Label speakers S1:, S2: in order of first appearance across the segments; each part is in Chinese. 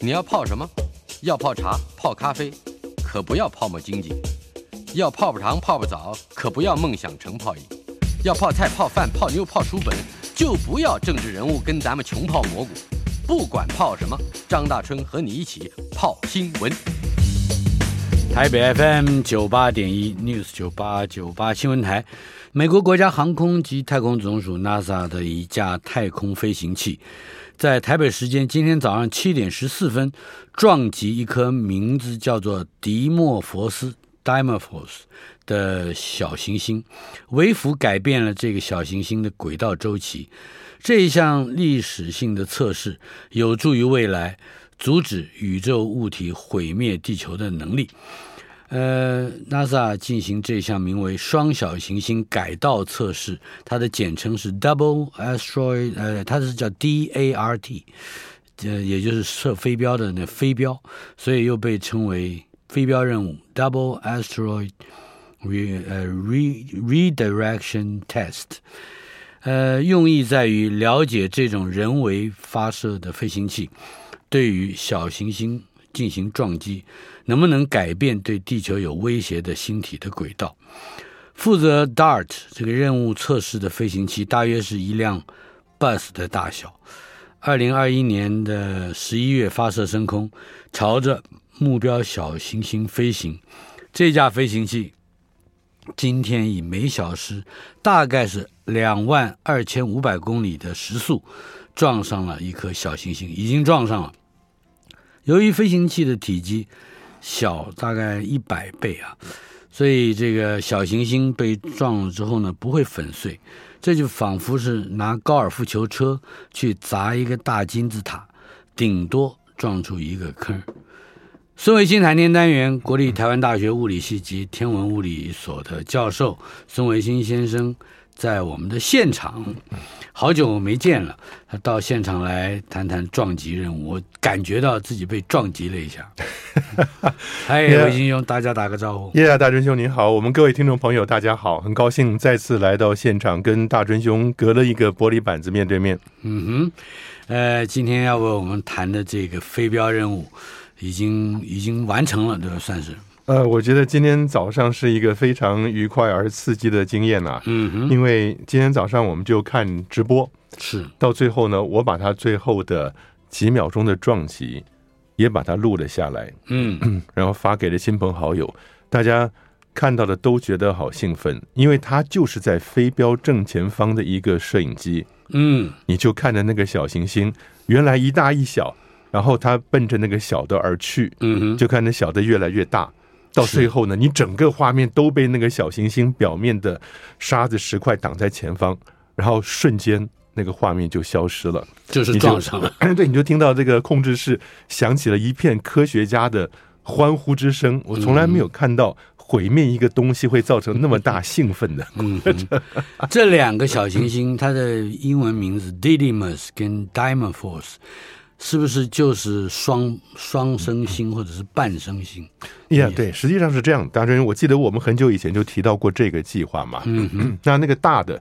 S1: 你要泡什么？要泡茶、泡咖啡，可不要泡沫经济；要泡泡糖、泡泡澡，可不要梦想成泡影；要泡菜、泡饭、泡妞、泡书本，就不要政治人物跟咱们穷泡蘑菇。不管泡什么，张大春和你一起泡新闻。
S2: 台北 FM 九八点一 News 九八九八新闻台，美国国家航空及太空总署 NASA 的一架太空飞行器，在台北时间今天早上七点十四分撞击一颗名字叫做迪莫佛斯 （Dimorphos） 的小行星，微幅改变了这个小行星的轨道周期。这一项历史性的测试有助于未来阻止宇宙物体毁灭地球的能力。呃，NASA 进行这项名为“双小行星改道测试”，它的简称是 Double Asteroid，呃，它是叫 DART，呃，也就是射飞镖的那飞镖，所以又被称为飞镖任务 Double Asteroid Re 呃 Re Redirection Test。呃，用意在于了解这种人为发射的飞行器对于小行星进行撞击，能不能改变对地球有威胁的星体的轨道。负责 DART 这个任务测试的飞行器大约是一辆 bus 的大小。二零二一年的十一月发射升空，朝着目标小行星飞行。这架飞行器今天以每小时大概是两万二千五百公里的时速，撞上了一颗小行星，已经撞上了。由于飞行器的体积小，大概一百倍啊，所以这个小行星被撞了之后呢，不会粉碎。这就仿佛是拿高尔夫球车去砸一个大金字塔，顶多撞出一个坑儿。孙维新谈天单元，国立台湾大学物理系及天文物理所的教授孙维新先生在我们的现场，好久没见了，他到现场来谈谈撞击任务，我感觉到自己被撞击了一下。哎，
S3: Yeah
S2: 维新兄，大家打个招呼。
S3: 耶大真兄您好，我们各位听众朋友大家好，很高兴再次来到现场，跟大真兄隔了一个玻璃板子面对面。
S2: 嗯哼，呃，今天要为我们谈的这个飞镖任务，已经已经完成了，对吧？算是，
S3: 呃，我觉得今天早上是一个非常愉快而刺激的经验啊，
S2: 嗯哼，
S3: 因为今天早上我们就看直播，
S2: 是，
S3: 到最后呢，我把它最后的几秒钟的撞击也把它录了下来，
S2: 嗯，
S3: 然后发给了亲朋好友，大家。看到的都觉得好兴奋，因为它就是在飞镖正前方的一个摄影机，
S2: 嗯，
S3: 你就看着那个小行星，原来一大一小，然后它奔着那个小的而去，
S2: 嗯哼，
S3: 就看那小的越来越大，到
S2: 是
S3: 最后呢，你整个画面都被那个小行星表面的沙子石块挡在前方，然后瞬间那个画面就消失了。
S2: 就是撞上了，
S3: 对，你就听到这个控制室响起了一片科学家的欢呼之声。我从来没有看到毁灭一个东西会造成那么大兴奋的。
S2: 嗯哼，这两个小行星，它的英文名字 Didymus 跟 Dimorphos，是不是就是双双生星或者是半生星？
S3: 呀、
S2: 意思
S3: 对，实际上是这样。大真，我记得我们很久以前就提到过这个计划嘛。
S2: 嗯哼，
S3: 那那个大的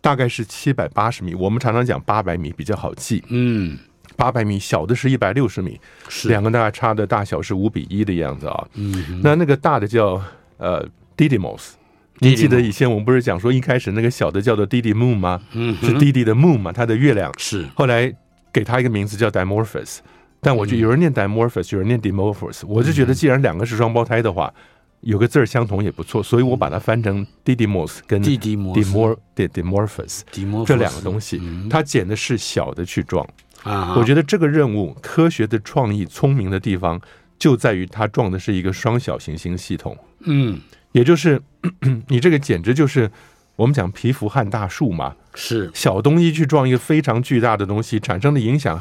S3: 大概是七百八十米，我们常常讲八百米比较好记，
S2: 嗯，
S3: 八百米小的是一百六十米，
S2: 是，
S3: 两个大概差的大小是五比一的样子啊。
S2: 嗯哼，
S3: 那那个大的叫呃 Didymos。你记得以前我们不是讲说一开始那个小的叫做 Didi Moon 吗？
S2: 嗯哼
S3: 是 Didi 的 Moon 嘛，它的月亮。
S2: 是，
S3: 后来给它一个名字叫 Dimorphos，但我就有人念 Dimorphos，有人念 Dimorphos，我就觉得既然两个是双胞胎的话，有个字儿相同也不错，所以我把它翻成 Didymos 跟
S2: 弟弟摩斯
S3: Dimor d i m o r p h o s
S2: 迪摩
S3: 嗯这两个东
S2: 西
S3: 西
S2: 嗯，
S3: 它捡的是小的去撞。
S2: 啊哈，
S3: 我觉得这个任务科学的创意、聪明的地方就在于它撞的是一个双小行星系统，
S2: 嗯
S3: 也就是 咳咳你这个简直就是我们讲皮肤撼大树嘛，
S2: 是，
S3: 小东西去撞一个非常巨大的东西，产生的影响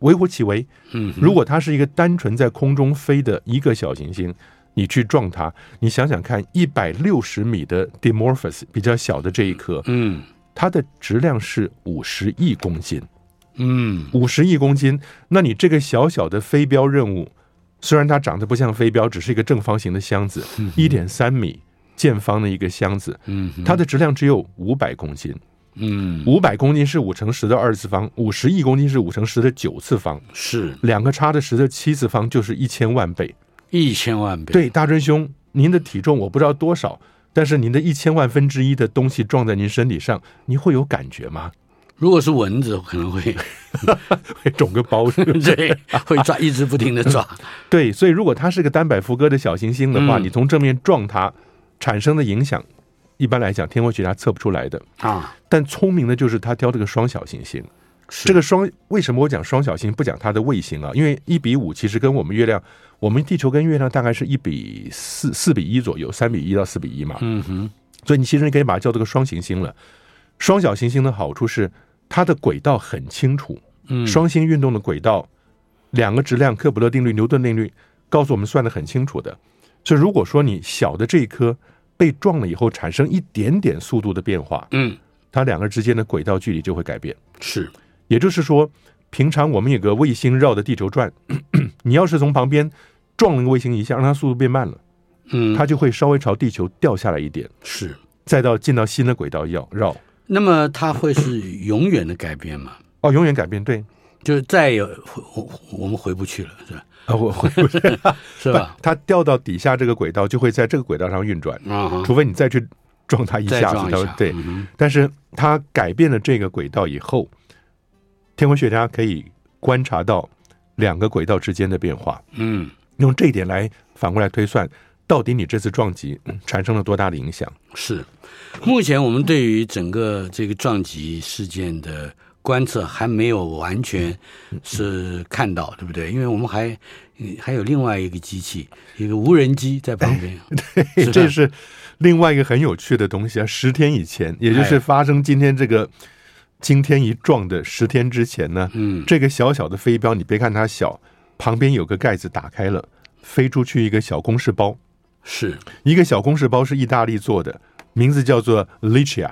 S3: 微乎其微。
S2: 嗯哼，
S3: 如果它是一个单纯在空中飞的一个小行星，你去撞它，你想想看，一百六十米的 Dimorphos 比较小的这一颗，
S2: 嗯
S3: 它的质量是五十亿公斤，
S2: 嗯
S3: 五十亿公斤。那你这个小小的飞镖任务，虽然它长得不像飞镖，只是一个正方形的箱子，一点三米见方的一个箱子，
S2: 嗯嗯哼，
S3: 它的质量只有五百公斤。
S2: 嗯，
S3: 五百公斤是五乘十的二次方，五十亿公斤是五乘十的九次方，
S2: 是
S3: 两个差的十的七次方就是一千万倍。
S2: 一千万倍，
S3: 对，大真兄，您的体重我不知道多少，但是您的一千万分之一的东西撞在您身体上，您会有感觉吗？
S2: 如果是蚊子，可能会
S3: 会肿个 包是不是？
S2: 对，会抓，一直不停的抓。
S3: 对，所以如果它是个单摆福哥的小行星的话，
S2: 嗯
S3: 你从正面撞它产生的影响，一般来讲天文学家测不出来的。
S2: 啊，
S3: 但聪明的就是他挑这个双小行星。
S2: 是
S3: 这个双为什么我讲双小星不讲它的卫星啊？因为一比五其实跟我们月亮，我们地球跟月亮大概是一比四四比一左右，三比一到四比一嘛。
S2: 嗯哼，
S3: 所以你其实你可以把它叫做个双行星了。双小行星的好处是它的轨道很清楚，
S2: 嗯，
S3: 双星运动的轨道，两个质量克卜勒定律、牛顿定律告诉我们算的很清楚的。所以如果说你小的这一颗被撞了以后产生一点点速度的变化，
S2: 嗯
S3: 它两个之间的轨道距离就会改变。
S2: 是
S3: 也就是说，平常我们有个卫星绕着地球转， 你要是从旁边撞了个卫星一下，让它速度变慢了，
S2: 嗯
S3: 它就会稍微朝地球掉下来一点，
S2: 是。
S3: 再到进到新的轨道要绕。
S2: 那么它会是永远的改变吗？
S3: 哦，永远改变，对
S2: 就是再也回我我们回不去了，是吧？
S3: 啊，我会
S2: 是吧？
S3: 它掉到底下这个轨道就会在这个轨道上运转，
S2: 啊哈，
S3: 除非你再去撞它一
S2: 再
S3: 下子，
S2: 撞一
S3: 它会
S2: 下，
S3: 对。
S2: 嗯
S3: 但是它改变了这个轨道以后，天文学家可以观察到两个轨道之间的变化。
S2: 嗯，
S3: 用这一点来反过来推算，到底你这次撞击嗯产生了多大的影响？
S2: 是。目前我们对于整个这个撞击事件的观测还没有完全是看到，对不对？因为我们还嗯还有另外一个机器，一个无人机在旁 边。
S3: 嘿
S2: 是的
S3: 这是另外一个很有趣的东西啊！十天以前，也
S2: 哎
S3: 就是发生今天这个惊天一撞的十天之前呢，
S2: 嗯，
S3: 这个小小的飞镖，你别看它小，旁边有个盖子打开了，飞出去一个小公事包，
S2: 是
S3: 一个小公事包是意大利做的，名字叫做 Licia。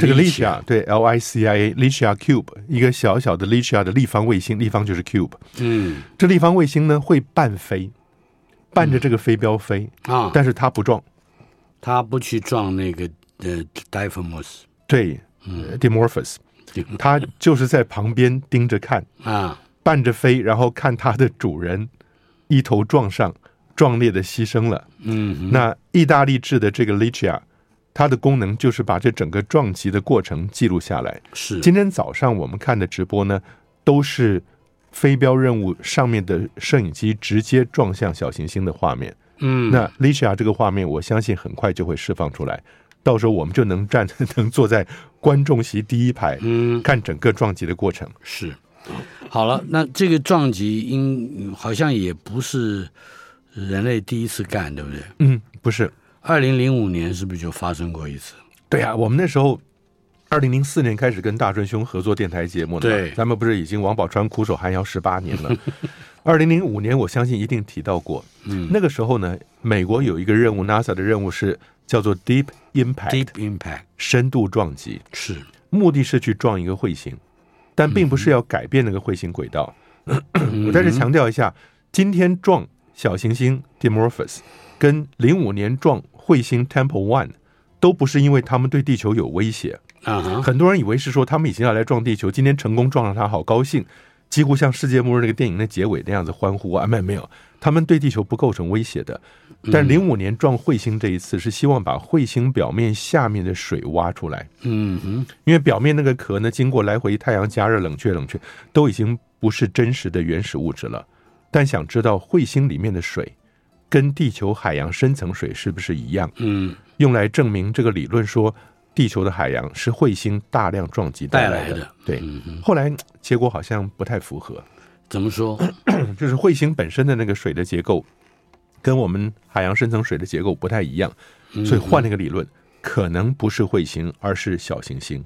S3: 这个啊 Licia 对 L I C I A Licia Cube 一个小小的 Licia 的立方卫星，立方就是 cube，
S2: 嗯
S3: 这立方卫星呢会伴飞，伴着这个飞镖飞，
S2: 啊，
S3: 但是它不撞。
S2: 他不去撞那个呃 Dimorphos
S3: 对、呃 d i m o r p h o s 它就是在旁边盯着看，
S2: 啊，
S3: 伴着飞，然后看它的主人一头撞上，壮烈的牺牲了。
S2: 嗯哼
S3: 那意大利制的这个 Licia，它的功能就是把这整个撞击的过程记录下来。
S2: 是
S3: 今天早上我们看的直播呢，都是飞镖任务上面的摄影机直接撞向小行星的画面。
S2: 嗯
S3: 那 Licia 这个画面，我相信很快就会释放出来，到时候我们就能站， 能坐在观众席第一排，
S2: 嗯
S3: 看整个撞击的过程。
S2: 是，好了，那这个撞击应好像也不是人类第一次干，对不对？
S3: 嗯，不是，
S2: 二零零五年是不是就发生过一次？
S3: 对呀、我们那时候。二零零四年开始跟大春兄合作电台节目呢，
S2: 对
S3: 咱们不是已经王宝钏苦守寒窑十八 年了。二零零五年，我相信一定提到过。嗯，那个时候呢，美国有一个任务，NASA 的任务是叫做 Deep Impact
S2: Deep impact
S3: 深度撞击。
S2: 是，
S3: 目的是去撞一个彗星，但并不是要改变那个彗星轨道。我在这强调一下，今天撞小行星 Dimorphos 跟零五年撞彗星 Temple One 都不是因为他们对地球有威胁。
S2: 啊哈，
S3: 很多人以为是说他们以前要来撞地球，今天成功撞了它，好高兴，几乎像世界末日那个电影的结尾那样子欢呼啊！没有没有，他们对地球不构成威胁的。但零五年撞彗星这一次是希望把彗星表面下面的水挖出来。
S2: 嗯哼，
S3: 因为表面那个壳呢，经过来回太阳加热、冷却、冷却，都已经不是真实的原始物质了。但想知道彗星里面的水跟地球海洋深层水是不是一样，
S2: 嗯，
S3: 用来证明这个理论说地球的海洋是彗星大量撞击带
S2: 带
S3: 来
S2: 来的嗯
S3: 的。对，后来结果好像不太符合，
S2: 怎么说？
S3: 就是彗星本身的那个水的结构跟我们海洋深层水的结构不太一样，
S2: 嗯
S3: 所以换了一个理论，可能不是彗星，而是小行星。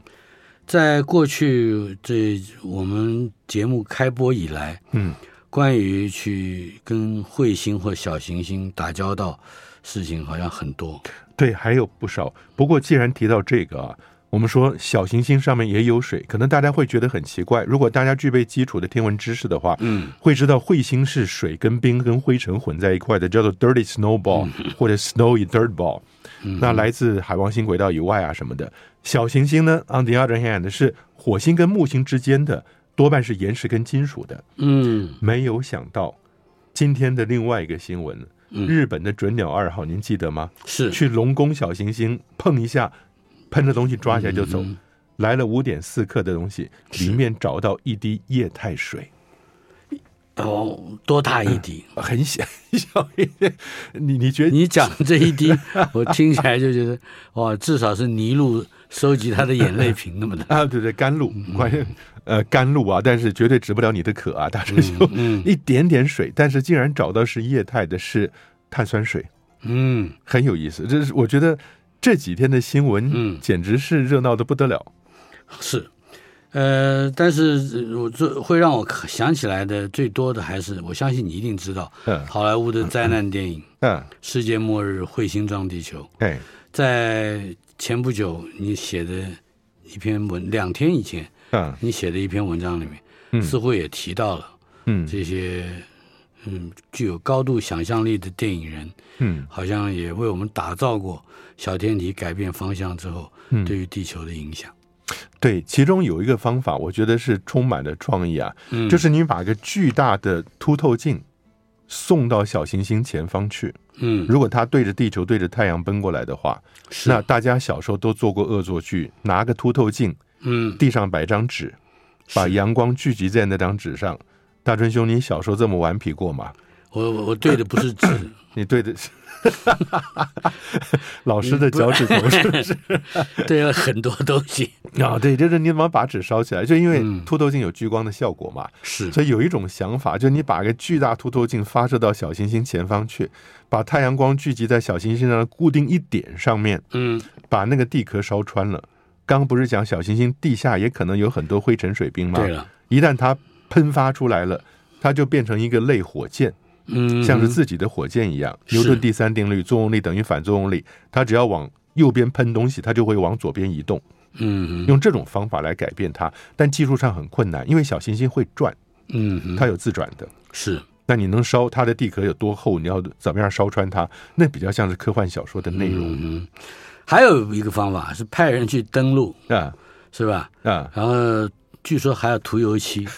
S2: 在过去这我们节目开播以来，
S3: 嗯，
S2: 关于去跟彗星或小行星打交道事情好像很多，
S3: 对，还有不少。不过既然提到这个啊，我们说小行星上面也有水，可能大家会觉得很奇怪。如果大家具备基础的天文知识的话，
S2: 嗯，
S3: 会知道彗星是水跟冰跟灰尘混在一块的，叫做 dirty snowball 或者 snowy dirt ball。那来自海王星轨道以外啊什么的。小行星呢，on the other hand 是火星跟木星之间的，多半是岩石跟金属的。
S2: 嗯
S3: 没有想到，今天的另外一个新闻，
S2: 嗯
S3: 日本的准鸟二号，您记得吗？
S2: 是
S3: 去龙宫小行星碰一下，喷的东西抓起来就走。
S2: 嗯
S3: 来了五点四克的东西，里面找到一滴液态水，
S2: 哦，多大一 滴？
S3: 很小小一点。你你觉得
S2: 你讲这一滴，我听起来就觉得哇，至少是尼禄收集他的眼泪瓶那么大。
S3: 啊？对对，甘露，
S2: 嗯
S3: 关键呃甘露啊，但是绝对止不了你的渴啊，大师兄。
S2: 嗯
S3: 一点点水，但是竟然找到是液态的，是碳酸水。
S2: 嗯，
S3: 很有意思。这是我觉得这几天的新
S2: 嗯
S3: 闻，简直是热闹的不得了。
S2: 是，呃，但是呃我最会让我可想起来的最多的还是，我相信你一定知道，
S3: 嗯
S2: 好莱坞的灾难电影《
S3: 嗯，
S2: 世界末日》《彗星撞地球》，
S3: 哎，
S2: 在前不久你写的一篇文，两天以前
S3: 嗯
S2: 你写的一篇文章里面，
S3: 嗯
S2: 似乎也提到了
S3: 嗯
S2: 这些，嗯，具有高度想象力的电影人，
S3: 嗯
S2: 好像也为我们打造过小天体改变方向之后对
S3: 嗯，
S2: 于地球的影响。
S3: 对，其中有一个方法，我觉得是充满了创意啊，
S2: 嗯，
S3: 就是你把一个巨大的凸透镜。送到小行星前方去。
S2: 嗯，
S3: 如果它对着地球、对着太阳奔过来的话，
S2: 是
S3: 那大家小时候都做过恶作剧，拿个凸透镜，
S2: 嗯，
S3: 地上摆张纸，把
S2: 是
S3: 阳光聚集在那张纸上。大春兄，你小时候这么顽皮过吗？
S2: 我我我对的不是纸，
S3: 你 对的，老师的脚趾头 是不是
S2: 嗯 对了很多东 西。
S3: 啊？对，就是你怎么把纸烧起来？就因为
S2: 嗯
S3: 凸透镜有聚光的效果嘛，
S2: 是，
S3: 所以有一种想法，就你把个巨大凸透镜发射到小行星前方去，把太阳光聚集在小行星上的固定一点上面，
S2: 嗯
S3: 把那个地壳烧穿了。刚刚不是讲小行星地下也可能有很多灰尘水冰吗？
S2: 对了，
S3: 一旦它喷发出来了，它就变成一个类火箭。
S2: 嗯，
S3: 像是自己的火箭一样。
S2: 是
S3: 牛顿第三定律，作用力等于反作用力。它只要往右边喷东西，它就会往左边移动。
S2: 嗯
S3: 用这种方法来改变它，但技术上很困难，因为小行星会转，
S2: 嗯嗯，
S3: 它有自转的。
S2: 是
S3: 那你能烧它的地壳有多厚？你要怎么样烧穿它？那比较像是科幻小说的内容
S2: 嗯嗯，还有一个方法是派人去登陆，
S3: 啊
S2: 是吧？
S3: 啊！
S2: 然后据说还要涂油漆，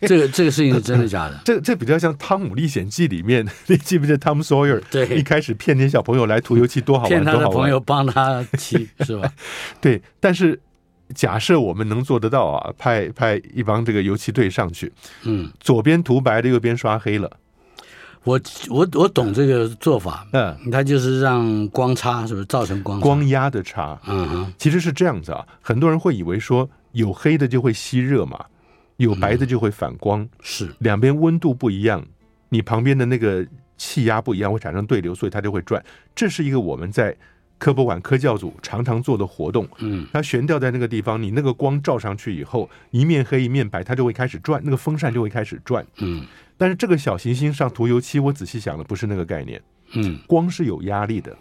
S2: 这个这个事情是真的假的？
S3: 这这比较像《汤姆历险记》里面，你记不记得汤姆·索尔
S2: 对
S3: 一开始骗那些小朋友来涂油漆 多好玩，
S2: 骗他
S3: 多
S2: 的
S3: 好玩
S2: 朋友帮他 漆，是吧？
S3: 对，但是假设我们能做得到啊，派派一帮这个油漆队上去，
S2: 嗯，
S3: 左边涂白的，右边刷黑了。
S2: 我我我懂这个做法，
S3: 嗯，
S2: 它就是让光差是不是造成光差？
S3: 光压的差
S2: 嗯哼，
S3: 其实是这样子啊，很多人会以为说有黑的就会吸热嘛，有白的
S2: 嗯
S3: 就会反光，
S2: 是
S3: 两边温度不一样，你旁边的那个气压不一样，会产生对流，所以它就会转。这是一个我们在科博馆科教组常常做的活动。
S2: 嗯，
S3: 它悬吊在那个地方，你那个光照上去以后，一面黑一面白，它就会开始转，那个风扇就会开始转。
S2: 嗯
S3: 但是这个小行星上涂油漆，我仔细想了，不是那个概念，
S2: 嗯
S3: 光是有压力的。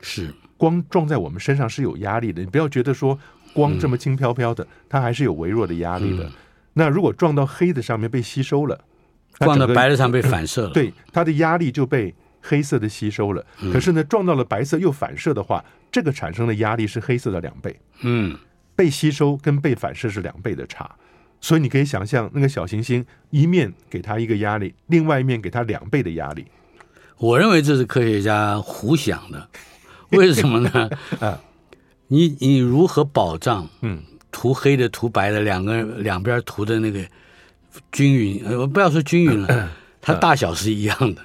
S2: 是
S3: 光撞在我们身上是有压力的，你不要觉得说光这么轻飘飘的，它还是有微弱的压力的。
S2: 嗯
S3: 那如果撞到黑的上面被吸收了，它
S2: 撞到
S3: 整个嗯
S2: 白的上被反射了，
S3: 对它的压力就被黑色的吸收了。可是呢，撞到了白色又反射的话，这个产生的压力是黑色的两倍，
S2: 嗯
S3: 被吸收跟被反射是两倍的差。所以你可以想象，那个小行星一面给它一个压力，另外一面给它两倍的压力。
S2: 我认为这是科学家胡想的，为什么呢？
S3: 啊，
S2: 你你如何保障
S3: 嗯
S2: 涂黑的、涂白的两个两边涂的那个均匀？呃，我不要说均匀
S3: 嗯
S2: 了，它大小是一样的。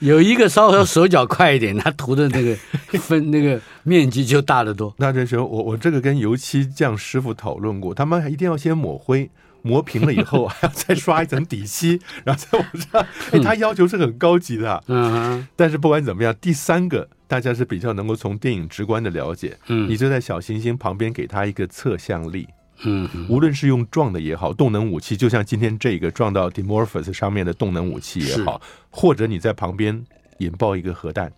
S2: 有一个稍微手脚快一点，它涂的那个分那个面积就大得多。
S3: 那这时候，我我这个跟油漆匠师傅讨论过，他们还一定要先抹灰，磨平了以后 还要再刷一层底漆，然后再往上。哎，他要求是很高级的啊。
S2: 嗯哼，
S3: 但是不管怎么样，第三个大家是比较能够从电影直观的了解，
S2: 嗯
S3: 你就在小行星旁边给它一个侧向力，
S2: 嗯哼，
S3: 无论是用撞的也好，动能武器，就像今天这个撞到 Dimorphos 上面的动能武器也好，或者你在旁边引爆一个核弹，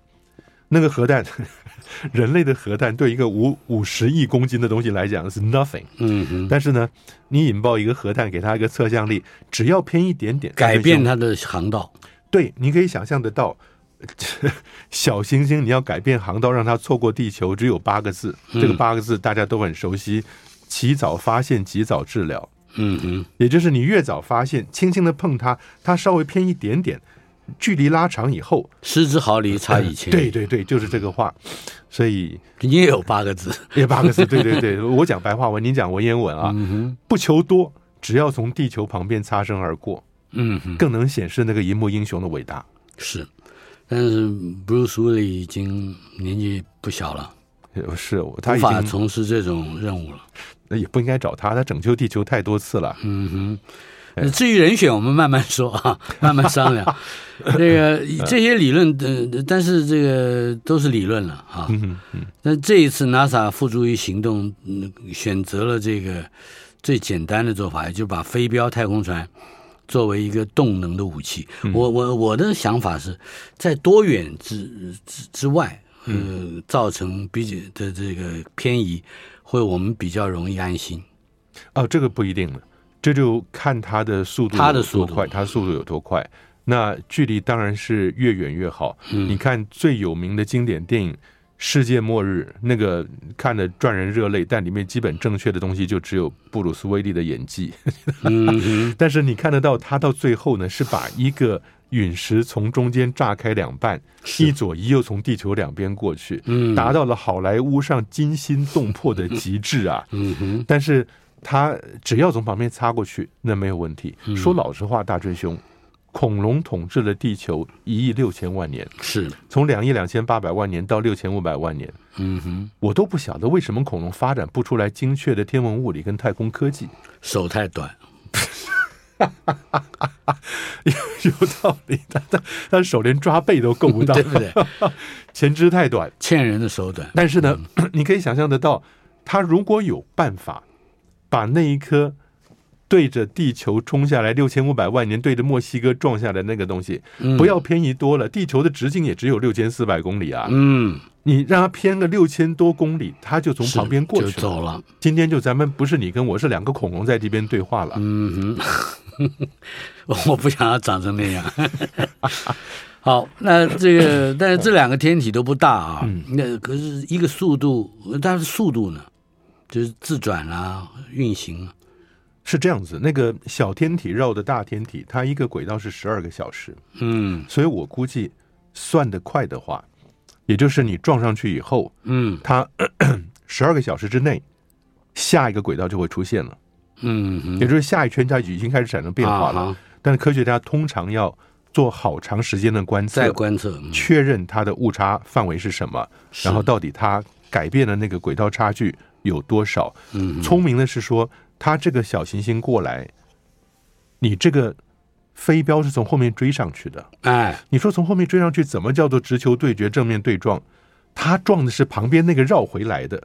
S3: 那个核弹， 人类的核弹对一个五五十亿公斤的东西来讲是 nothing，
S2: 嗯哼，
S3: 但是呢，你引爆一个核弹，给它一个测向力，只要偏一点点，
S2: 改变
S3: 它就
S2: 它的航道，
S3: 凶。对，你可以想象得到， 小行星你要改变航道，让它错过地球，只有八个字。
S2: 嗯
S3: 这个八个字大家都很熟悉：起早发现，及早治疗。
S2: 嗯哼，
S3: 也就是你越早发现，轻轻的碰它，它稍微偏一点点，距离拉长以后，
S2: 失之毫厘，差啊以千。
S3: 对，对对，就是这个话。所以
S2: 你 也有八个字。
S3: 也八个字，对 对对，我讲白话文，你讲文言文啊，
S2: 嗯哼，
S3: 不求多，只要从地球旁边擦身而过，
S2: 嗯哼，
S3: 更能显示那个银幕英雄的伟大。
S2: 是。但是 Bruce Willis 已经年纪不小了，
S3: 呃是，我他
S2: 无
S3: 已
S2: 法
S3: 经
S2: 从事这种任务了。
S3: 也不应该找他，他拯救地球太多次了。
S2: 嗯哼，至于人选，我们慢慢说 啊，慢慢商量。这个这些理论，呃，但是这个都是理论了啊。
S3: 嗯嗯，
S2: 那这一次 NASA 付诸于行动，嗯，选择了这个最简单的做法，也就把飞镖太空船作为一个动能的武器。
S3: 嗯
S2: 我我我的想法是在多远之之之外，
S3: 嗯
S2: 呃，造成比较的这个偏移，会我们比较容易安 心。
S3: 哦，这个不一定了，这就看他的速度，
S2: 它的速度
S3: 多快，他速度有多快。那距离当然是越远越好。
S2: 嗯
S3: 你看最有名的经典电影《世界末日》，那个看的赚人热泪，但里面基本正确的东西就只有布鲁斯威利的演技。
S2: 嗯哼，
S3: 但是你看得到，他到最后呢，是把一个陨石从中间炸开两半，一左一右从地球两边过去，
S2: 嗯，
S3: 达到了好莱坞上惊心动魄的极致啊！
S2: 嗯哼，
S3: 但是他只要从旁边擦过去，那没有问题。
S2: 嗯
S3: 说老实话，大追兄，恐龙统治了地球一亿六千万年，
S2: 是，
S3: 从两亿两千八百万年到六千五百万年，
S2: 嗯哼，
S3: 我都不晓得为什么恐龙发展不出来精确的天文物理跟太空科技。
S2: 手太短，
S3: 有道理，他他他手连抓背都够不 到
S2: 对，不对？
S3: 前肢太短。
S2: 欠人的手 短，
S3: 但是呢，
S2: 嗯
S3: 你可以想象得到，他如果有办法把那一颗对着地球冲下来六千五百万年对着墨西哥撞下来那个东西，
S2: 嗯
S3: 不要偏移多了，地球的直径也只有六千四百公里啊，
S2: 嗯，
S3: 你让它偏个六千多公里，它就从
S2: 是
S3: 旁边过
S2: 就
S3: 去了。
S2: 走了。
S3: 今天就咱们不是你跟我，是两个恐龙在这边对话了。
S2: 嗯哼， 我不想要长成那样。 好，那这个，但是这两个天体都不大啊。
S3: 嗯
S2: 那可是一个速度，但是速度呢，就是自转啊，运行啊。
S3: 是这样子，那个小天体绕的大天体，它一个轨道是十二个小时，
S2: 嗯
S3: 所以我估计算得快的话，也就是你撞上去以后，
S2: 嗯
S3: 它 十二个小时之内，下一个轨道就会出现了，
S2: 嗯哼，
S3: 也就是下一圈它已经开始产生变化了。
S2: 啊哈
S3: 但是科学家通常要做好长时间的观
S2: 再
S3: 测，
S2: 观测，嗯
S3: 确认它的误差范围是什么，
S2: 是
S3: 然后到底它改变的那个轨道差距有多少。
S2: 嗯哼
S3: 聪明的是说，它这个小行星过来，你这个飞镖是从后面追上去的。
S2: 哎，
S3: 你说从后面追上去，怎么叫做直球对决、正面对撞？它撞的是旁边那个绕回来的，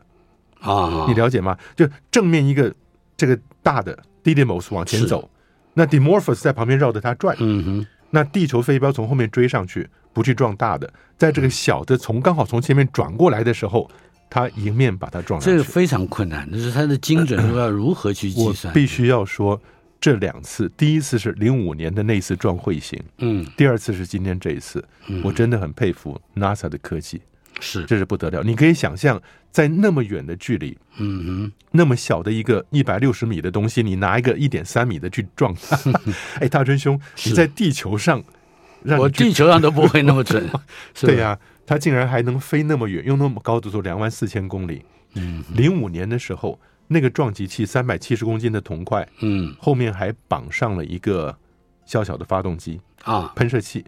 S2: 啊，
S3: 你了解吗？就正面一个这个大的 Didymos 往前
S2: 是
S3: 走，那 Dimorphos 在旁边绕着它转，
S2: 嗯哼，
S3: 那地球飞镖从后面追上去，不去撞大的，在
S2: 嗯
S3: 这个小的从刚好从前面转过来的时候，它迎面把它撞上
S2: 这个。
S3: 去
S2: 非常困难，就是它的精准度要如何去计
S3: 我
S2: 算？
S3: 必须要说，这两次，第一次是零五年的那次撞彗星，
S2: 嗯，
S3: 第二次是今天这一次，我真的很佩服 NASA 的科技，
S2: 是，
S3: 这是不得了。你可以想象，在那么远的距离，
S2: 嗯哼，
S3: 那么小的一个一百六十米的东西，你拿一个一点三米的去撞 它，哎，大真兄，你在地球上，让
S2: 我
S3: 你去
S2: 地球上都不会那么 准，是吧
S3: 对呀、它竟然还能飞那么远，用那么高的速，两万四千公里。嗯，零五年的时候，那个撞击器三百七十公斤的铜块，
S2: 嗯
S3: 后面还绑上了一个小小的发动机
S2: 啊，
S3: 喷射器，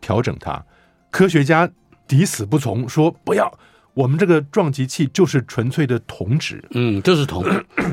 S3: 调整它。科学家抵死不从，说不要，我们这个撞击器就是纯粹的铜质，
S2: 嗯，就是 铜，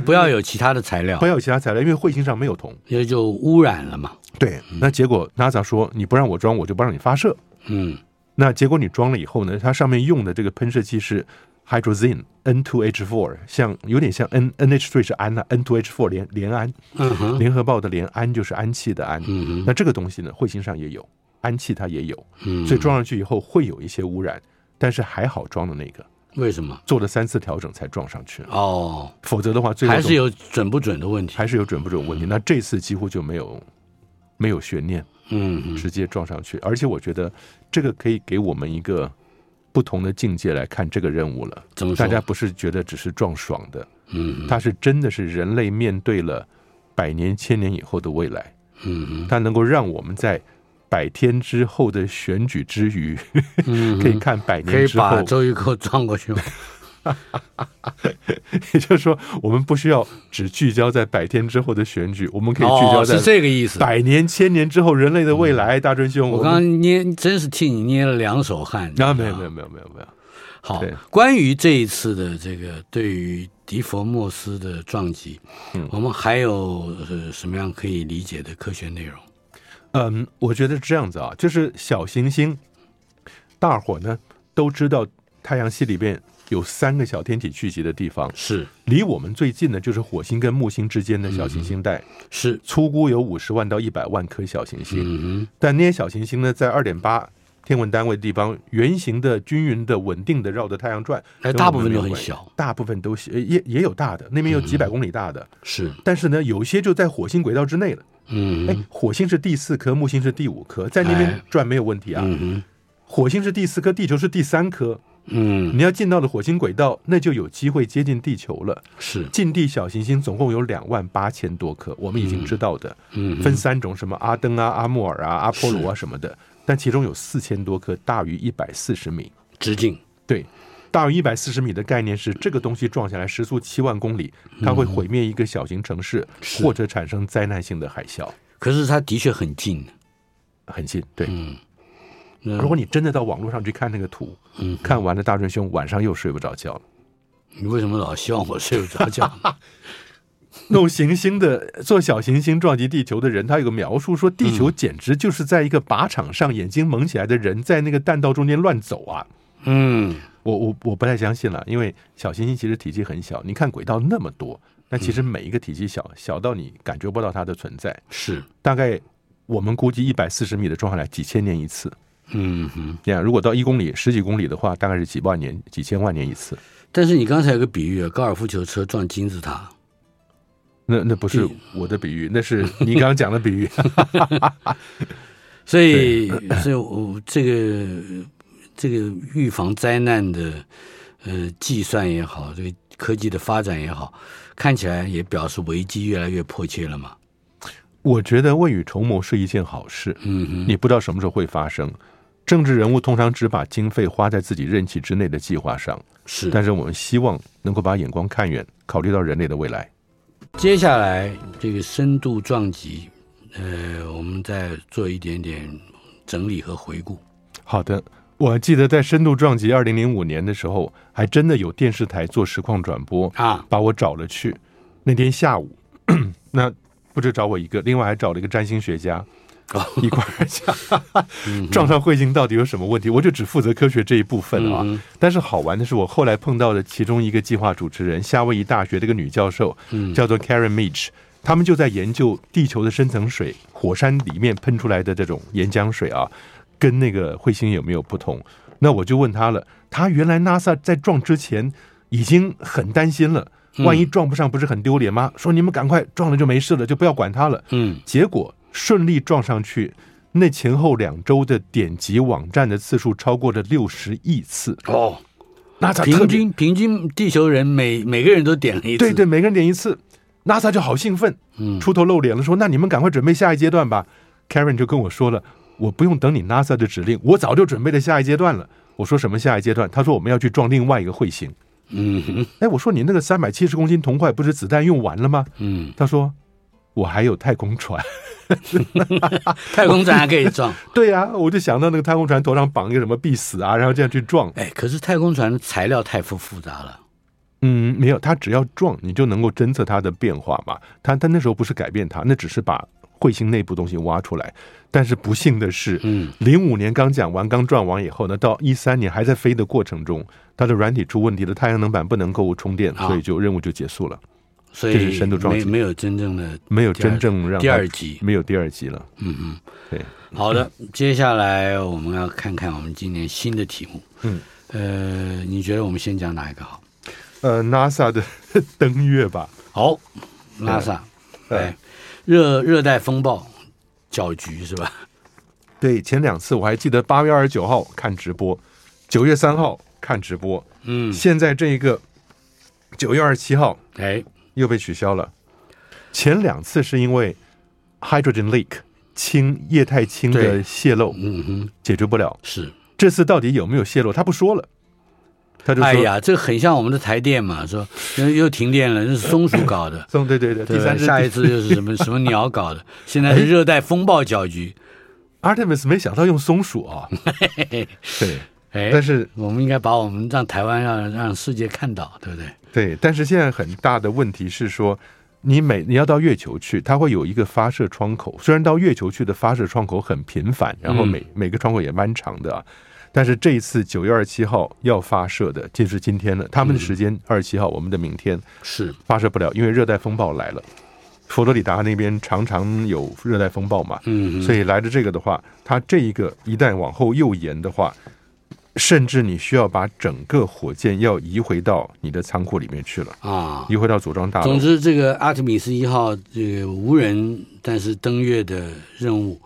S2: 不要有其他的材料
S3: 不，要有其他材料，因为彗星上没有铜。
S2: 也就污染了嘛。
S3: 对，那结果 NASA 说你不让我装，我就不让你发射。
S2: 嗯
S3: 那结果你装了以后呢，它上面用的这个喷射器是 hydrogen N2H4，像有点像 N NH3 是氨呐、n 2 h 4联联氨，
S2: 嗯哼，
S3: 联合报的联氨就是氨气的氨。
S2: 嗯
S3: 那这个东西呢，彗星上也有，氨气它也有，
S2: 嗯
S3: 所以装上去以后会有一些污染。但是还好撞的那个
S2: 嗯为什么？
S3: 做了三次调整才撞上去，
S2: 哦，
S3: 否则的话最后
S2: 还
S3: 总
S2: 是有准不准的问题。
S3: 还是有准不准问题。那这次几乎就没有没有悬念，
S2: 嗯，
S3: 直接撞上去。而且我觉得这个可以给我们一个不同的境界来看这个任务了。
S2: 怎么说？
S3: 大家不是觉得只是撞爽的，
S2: 嗯
S3: 它是真的是人类面对了百年、千年以后的未来，
S2: 嗯
S3: 它能够让我们在百天之后的选举之余，
S2: 嗯，
S3: 可以看百
S2: 可
S3: 年
S2: 以
S3: 之后
S2: 把，周玉蔻撞过去吗？
S3: 也就是说，我们不需要只聚焦在百天之后的选举，我们 可以聚焦
S2: 哦，是
S3: 在
S2: 这个意思。
S3: 百年、千年之后人类的未来。大春兄，
S2: 我刚
S3: 们
S2: 刚捏，真是替你捏了两手汗。
S3: 啊，没有没有没有没有没有，
S2: 好
S3: 对，
S2: 关于这一次的这个对于迪佛莫斯的撞击，
S3: 嗯
S2: 我们还有呃什么样可以理解的科学内容？
S3: 嗯，我觉得是这样子啊，就是小行星，大伙呢都知道太阳系里边有三个小天体聚集的地方。
S2: 是
S3: 离我们最近的就是火星跟木星之间的小
S2: 嗯
S3: 行星带，
S2: 是，
S3: 粗估有五十万到一百万颗小行星。
S2: 嗯
S3: 但那些小行星呢，在二点八天文单位的地方，圆形的、均匀的、稳定的绕着太阳转
S2: 哼，，哎，
S3: 跟
S2: 大
S3: 我
S2: 部
S3: 们
S2: 分都
S3: 没有
S2: 很
S3: 关系，
S2: 小，
S3: 大部分都小，呃也也有大的，那边有几百公里大的，
S2: 是，
S3: 但是呢，有些就在火星轨道之内了。
S2: 嗯
S3: 哎
S2: 哼，
S3: 火星是第四颗，木星是第五颗，在那边
S2: 哎
S3: 转没有问题啊。
S2: 嗯哼，
S3: 火星是第四颗，地球是第三颗，
S2: 嗯，
S3: 你要进到了火星轨道，那就有机会接近地球了。
S2: 是，
S3: 近地小行星总共有两万八千多颗，我们已经知道的，
S2: 嗯哼，
S3: 分三种，什么阿登
S2: 嗯
S3: 啊、阿穆尔啊、阿波罗啊什么的。但其中有四千多颗大于一百四十米，
S2: 直径，
S3: 对，大于一百四十米的概念是这个东西撞下来时速七万公里，它会毁灭一个小型城市，
S2: 嗯是
S3: 或者产生灾难性的海啸，
S2: 可是它的确很近，
S3: 很近。对，
S2: 嗯，那
S3: 如果你真的到网络上去看那个图，
S2: 嗯
S3: 看完了大顺兄晚上又睡不着觉了。
S2: 你为什么老希望我睡不着觉？
S3: 弄行星的做小行星撞击地球的人，他有个描述说，地
S2: 嗯
S3: 球简直就是在一个靶场上，眼睛蒙起来的人在那个弹道中间乱走啊！
S2: 嗯，
S3: 我我我不太相信了，因为小行星其实体积很小，你看轨道那么多，那其实每一个体积小，小到你感觉不到它的存在。
S2: 是，
S3: 大概我们估计一百四十米的撞下来几千年一次，
S2: 嗯哼。
S3: 你看如果到一公里、十几公里的话，大概是几万年、几千万年一次。
S2: 但是你刚才有个比喻，啊高尔夫球车撞金字塔，
S3: 那那不是
S2: 地
S3: 我的比喻，那是你刚刚讲的比喻。
S2: 所以，所以我这个这个预防灾难的呃计算也好，这个科技的发展也好，看起来也表示危机越来越迫切了嘛。
S3: 我觉得未雨绸缪是一件好事，
S2: 嗯哼，
S3: 你不知道什么时候会发生。政治人物通常只把经费花在自己任期之内的计划上，
S2: 是。
S3: 但是我们希望能够把眼光看远，考虑到人类的未来。
S2: 接下来这个深度撞击，呃，我们再做一点点整理和回顾。
S3: 好的，我记得在《深度撞击》二零零五年的时候，还真的有电视台做实况转播，
S2: 啊，
S3: 把我找了去。那天下午， 那不止找我一个，另外还找了一个占星学家
S2: 哦。
S3: 一块儿讲撞上彗星到底有什么问题？我就只负责科学这一部分啊。
S2: 嗯
S3: 但是好玩的是，我后来碰到的其中一个计划主持人，夏威夷大学的一个女教授，叫做 Karen Mitch，他们就在研究地球的深层水，火山里面喷出来的这种岩浆水啊，跟那个彗星有没有不同？那我就问他了，他原来 NASA 在撞之前已经很担心了，万一撞不上不是很丢脸吗？说你们赶快撞了就没事了，就不要管它了。
S2: 嗯，
S3: 结果顺利撞上去，那前后两周的点击网站的次数超过了六十亿次。
S2: 哦，
S3: NASA 特
S2: 平
S3: 别
S2: 均平均地球人每每个人都点了一次，
S3: 对对，每个人点一次，NASA 就好兴奋，
S2: 嗯
S3: 出头露脸了，说那你们赶快准备下一阶段吧。Karen 就跟我说了，我不用等你 NASA 的指令，我早就准备了下一阶段了。我说什么下一阶段？他说我们要去撞另外一个彗星。
S2: 嗯哼，
S3: 哎，我说你那个三百七十公斤铜块不是子弹用完了吗？
S2: 嗯，
S3: 他说我还有太空船。
S2: 太空站还可以撞。
S3: 对呀、我就想到那个太空船头上绑一个什么必死啊，然后这样去撞。
S2: 哎，可是太空船的材料太复复杂了。
S3: 嗯，没有，它只要撞，你就能够侦测它的变化嘛。它它那时候不是改变它，那只是把彗星内部东西挖出来。但是不幸的是，
S2: 嗯，
S3: 零五年刚讲完、刚撞完以后呢，到一三年还在飞的过程中，它的软体出问题了，太阳能板不能够充电，
S2: 啊
S3: 所以就任务就结束了，
S2: 所
S3: 这
S2: 以
S3: 是深度撞击
S2: 没没有真正的
S3: 没有真正让它
S2: 第二集。
S3: 没有第二集了。
S2: 嗯嗯，
S3: 对，嗯
S2: 好的，接下来我们要看看我们今年新的题目。
S3: 嗯，
S2: 呃，你觉得我们先讲哪一个好？
S3: 呃，NASA 的 登月吧，呃
S2: 好，拉萨，
S3: 对
S2: 哎，热热带风暴搅局是吧？
S3: 对，前两次我还记得八月二十九号看直播，九月三号看直播，
S2: 嗯，
S3: 现在这一个九月二十七号
S2: 哎，
S3: 又被取消了。前两次是因为 hydrogen leak 氢液态氢
S2: 对
S3: 的泄漏
S2: 嗯哼，
S3: 解决不了，
S2: 是。
S3: 这次到底有没有泄漏？他不说了，他就说，。
S2: 哎呀，这很像我们的台电嘛，说又又停电了，那是松鼠搞的
S3: 送对对对，
S2: 对
S3: 第三只哎
S2: 下一次又是什 么什么鸟搞的？现在是热带风暴搅局。
S3: Artemis 没想到用松 鼠啊，对，
S2: 哎，
S3: 但是
S2: 我们应该把我们让台湾让让世界看到，对不对？
S3: 对，但是现在很大的问题是说，你每你要到月球去，它会有一个发射窗口。虽然到月球去的发射窗口很频繁，然后每、每个窗口也蛮长的啊，但是这一次九月二十七号要发射的，就是今天了。他们的时间二十七号，我们的明天
S2: 是，
S3: 发射不了，因为热带风暴来了。佛罗里达那边常常有热带风暴嘛，
S2: 嗯
S3: 所
S2: 哼，
S3: 以来的这个的话，它这一个一旦往后又延的话，甚至你需要把整个火箭要移回到你的仓库里面去了，
S2: 啊，
S3: 移回到组装大
S2: 总
S3: 楼。
S2: 之，这个阿特米斯一号这个无人但是登月的任务，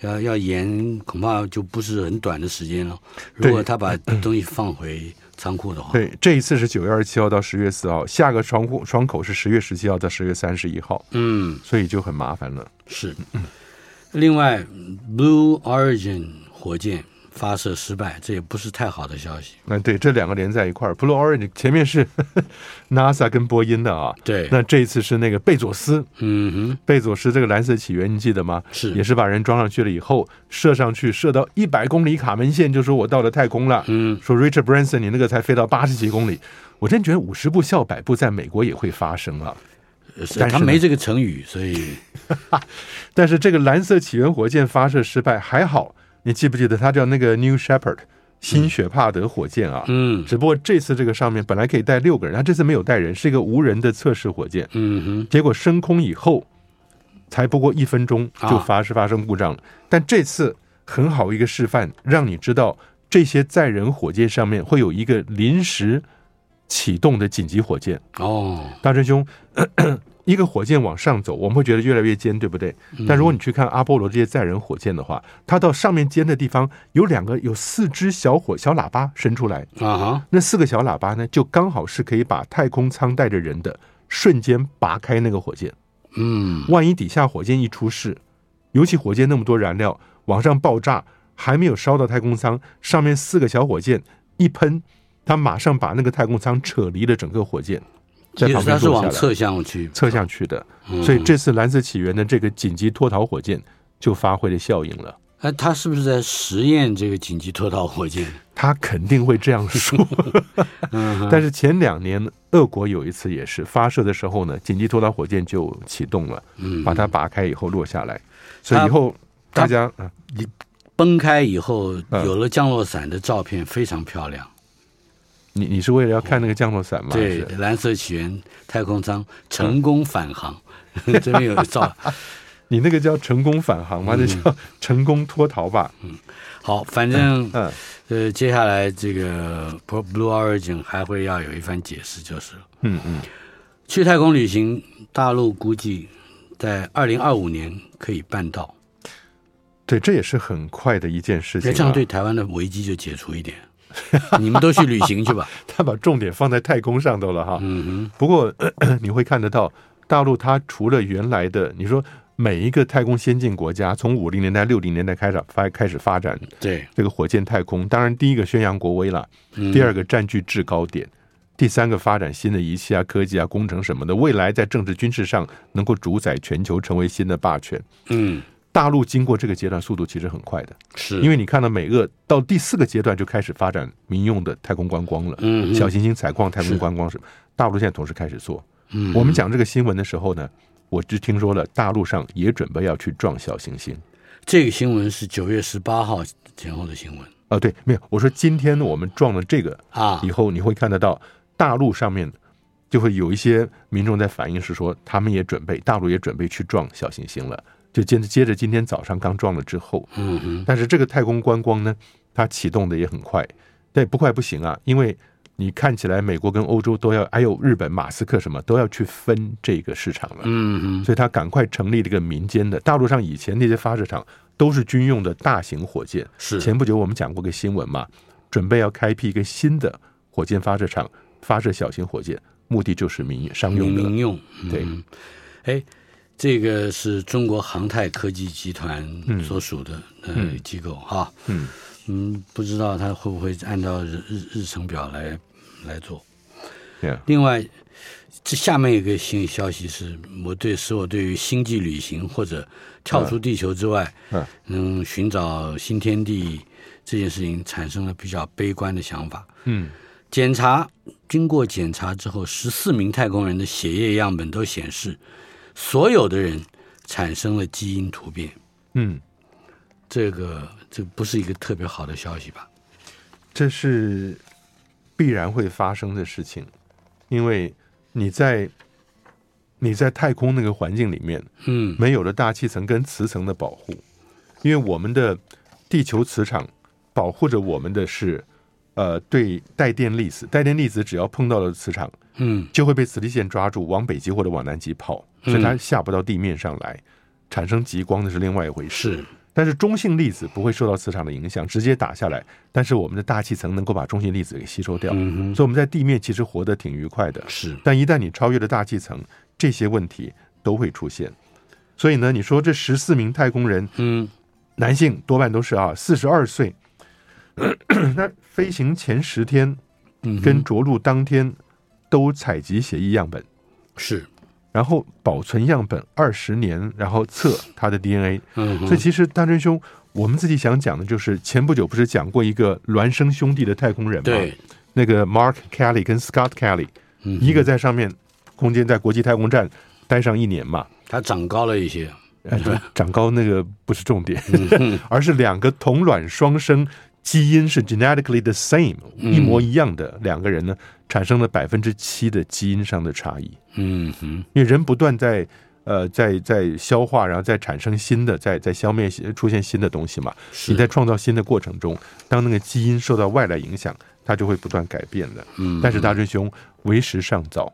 S2: 要要延，恐怕就不是很短的时间了。如果
S3: 对
S2: 他把东西放回仓库的话，
S3: 对，这一次是九月二十七号到十月四号，下个窗户窗口是十月十七号到十月三十一号，
S2: 嗯，
S3: 所以就很麻烦了。
S2: 是。另外，Blue Origin 火箭发射失败，这也不是太好的消息。
S3: 那对，这两个连在一块儿，Blue Origin 前面是 NASA 跟波音的啊，
S2: 对，
S3: 那这一次是那个贝佐斯，
S2: 嗯
S3: 贝佐斯这个蓝色起源你记得吗？
S2: 哼，是，
S3: 也是把人装上去了以后，射上去，射到一百公里卡门线，就说我到了太空了。
S2: 嗯，
S3: 说 Richard Branson，你那个才飞到八十几公里，我真觉得五十步笑百步在美国也会发生啊。
S2: 是
S3: 但是
S2: 他
S3: 呢
S2: 没这个成语，所以
S3: 但是这个蓝色起源火箭发射失败还好，你记不记得它叫那个 New Shepard 新雪帕德火箭啊？
S2: 嗯
S3: 只不过这次这个上面本来可以带六个人，它这次没有带人，是一个无人的测试火箭。
S2: 嗯哼，
S3: 结果升空以后，才不过一分钟就发是发生故障了。但这次很好一个示范，让你知道这些载人火箭上面会有一个临时启动的紧急火箭。
S2: 哦，
S3: 大真兄， 一个火箭往上走，我们会觉得越来越尖，对不对？但如果你去看阿波罗这些载人火箭的话，它到上面尖的地方有两个有四只小火小喇叭伸出来，
S2: 啊哈，
S3: 那四个小喇叭呢，就刚好是可以把太空舱带着人的瞬间拔开那个火箭。
S2: 嗯，
S3: 万一底下火箭一出事，尤其火箭那么多燃料往上爆炸，还没有烧到太空舱，上面四个小火箭一喷，它马上把那个太空舱扯离了整个火箭，在
S2: 也
S3: 旁边
S2: 他是
S3: 落下
S2: 往
S3: 来
S2: 侧向去，
S3: 侧向去的。
S2: 嗯
S3: 所以这次蓝色起源的这个紧急脱逃火箭就发挥了效应了。
S2: 哎，他是不是在实验这个紧急脱逃火 箭？
S3: 他肯定会这样说，
S2: 嗯
S3: 但是前两年俄国有一次也是发射的时候呢，紧急脱逃火箭就启动了，
S2: 嗯，
S3: 把它拔开以后落下来，所以
S2: 它
S3: 以后
S2: 它
S3: 大家啊
S2: 崩开以后，
S3: 嗯
S2: 有了降落伞的照片，非常漂亮。
S3: 你你是为了要看那个降落伞吗？
S2: 对，
S3: 还是
S2: 蓝色起源太空舱成功返航，
S3: 嗯
S2: 这边有 照。
S3: 你那个叫成功返航
S2: 嗯
S3: 吗？那叫 成功脱逃吧？
S2: 好，反正
S3: 嗯，
S2: 呃，接下来这个 Blue Origin 还会要有一番解释，就是了
S3: 嗯嗯，
S2: 去太空旅行，大陆估计在二零二五年可以办到，
S3: 对，这也是很快的一件事情、
S2: 这
S3: 啊。
S2: 样对台湾的危机就解除一点。你们都去旅行去 吧。
S3: 他把重点放在太空上头了哈。
S2: 嗯
S3: 不过 咳咳你会看得到，大陆它除了原来的，你说每一个太空先进国家，从五零年代、六零年代开始发开始发展
S2: 哼，对，
S3: 这个火箭太空，当然第一个宣扬国威了，
S2: 嗯
S3: 第二个占据制高点，第三个发展新的仪器啊、科技啊、工程什么的，未来在政治军事上能够主宰全球，成为新的霸权。
S2: 嗯
S3: 大陆经过这个阶段，速度其实很快的，
S2: 是，
S3: 因
S2: 为
S3: 为你看到美俄到第四个阶段就开始发展民用的太空观光了，
S2: 嗯
S3: 小行星采矿、太
S2: 是
S3: 空观光什么，大陆现在同时开始做。
S2: 嗯
S3: 我们讲这个新闻的时候呢，我只听说了大陆上也准备要去撞小行星。
S2: 这个新闻是九月十八号前后的新闻
S3: 啊，对，没有，我说今天我们撞了这个
S2: 啊
S3: 以后，你会看得到大陆上面就会有一些民众在反映，是说他们也准备，大陆也准备去撞小行星了。就接着接着今天早上刚撞了之后，
S2: 嗯哼，
S3: 但是这个太空观光呢，它启动的也很快。但也不快不行啊，因为你看起来美国跟欧洲都要，还有日本、马斯克什么都要去分这个市场了。
S2: 嗯
S3: 所以他赶快成立了一个民间的。大陆上以前那些发射场都是军用的大型火箭，
S2: 是
S3: 前不久我们讲过个新闻嘛，准备要开辟一个新的火箭发射场，发射小型火箭，目的就是民商用的。
S2: 民用，
S3: 对
S2: 嗯，哎，这个是中国航太科技集团所属的、呃
S3: 嗯
S2: 机构哈，
S3: 嗯，
S2: 嗯，不知道它会不会按照日日日程表来来做。
S3: 对啊
S2: 另外，这下面一个新消息是，我对使我对于星际旅行或者跳出地球之外，
S3: 嗯
S2: 能寻找新天地这件事情产生了比较悲观的想法。
S3: 嗯
S2: 检查经过检查之后，十四名太空人的血液样本都显示，所有的人产生了基因突变。
S3: 嗯，
S2: 这个这不是一个特别好的消息吧？
S3: 这是必然会发生的事情，因为你在你在太空那个环境里面，
S2: 嗯
S3: 没有了大气层跟磁层的保护，因为我们的地球磁场保护着我们的是，呃，对带电粒子，带电粒子只要碰到了磁场，
S2: 嗯
S3: 就会被磁力线抓住，往北极或者往南极跑，所以它下不到地面上来，产生极光那是另外一回事。
S2: 是
S3: 但是中性粒子不会受到磁场的影响，直接打下来，但是我们的大气层能够把中性粒子给吸收掉，
S2: 嗯
S3: 所以我们在地面其实活得挺愉快的。
S2: 是
S3: 但一旦你超越了大气层，这些问题都会出现。所以呢，你说这十四名太空人，
S2: 嗯
S3: 男性多半都是啊，四十二岁。 那飞行前十天
S2: 嗯
S3: 跟着陆当天都采集血液样本，
S2: 是
S3: 然后保存样本二十年，然后测他的 DNA。
S2: 嗯
S3: 所以
S2: 哼
S3: 其实大真兄，我们自己想讲的就是，前不久不是讲过一个孪生兄弟的太空人吗？
S2: 对，
S3: 那个 Mark Kelly 跟 Scott Kelly，
S2: 嗯哼
S3: 一个在上面空间在国际太空站待上一年嘛，
S2: 它长高了一些，
S3: 哎，对，长高那个不是重点，
S2: 嗯
S3: 而是两个同卵双生，基因是 genetically the same，一
S2: 嗯
S3: 模一样的两个人呢，产生了百分之七的基因上的差异。
S2: 嗯哼
S3: 因为人不断在呃在在消化，然后再产生新的，在在消灭出现新的东西嘛。
S2: 是
S3: 你在创造新的过程中，当那个基因受到外来影响，它就会不断改变的。
S2: 嗯，
S3: 但是大真兄为时尚早，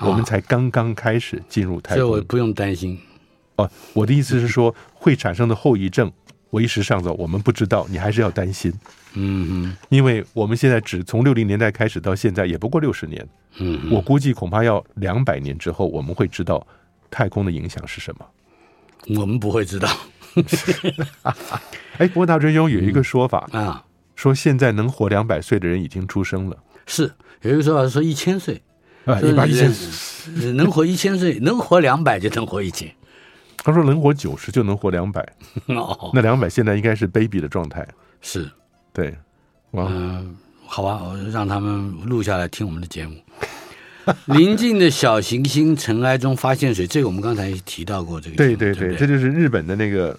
S3: 我们
S2: 啊
S3: 才刚刚开始进入太
S2: 所以
S3: 空。
S2: 我不用担心，
S3: 哦，我的意思是说，会产生的后遗症，为时尚早，我们不知道，你还是要担心，
S2: 嗯哼
S3: 因为我们现在只从六零年代开始到现在，也不过六十年，
S2: 嗯哼，
S3: 我估计恐怕要两百年之后，我们会知道太空的影响是什么。
S2: 我们不会知道
S3: 哎，不过大真兄有一个说法，
S2: 啊。
S3: 说现在能活两百岁的人已经出生了，
S2: 是有一个说法是说一千岁，
S3: 啊、
S2: 说
S3: 一般人，
S2: 人能活一千岁，能活两百就能活一 千。
S3: 他说能活九十就能活两百，
S2: 哦，
S3: 那两百现在应该是 baby 的状态，
S2: 是，啊
S3: 对，哇，
S2: 嗯、好吧，我让他们录下来听我们的节目。 临近的小行星尘埃中发现水，这个我们刚才提到过这个新
S3: 对
S2: 闻，
S3: 对
S2: 对嗯
S3: 对，
S2: 不
S3: 这就是日本的那个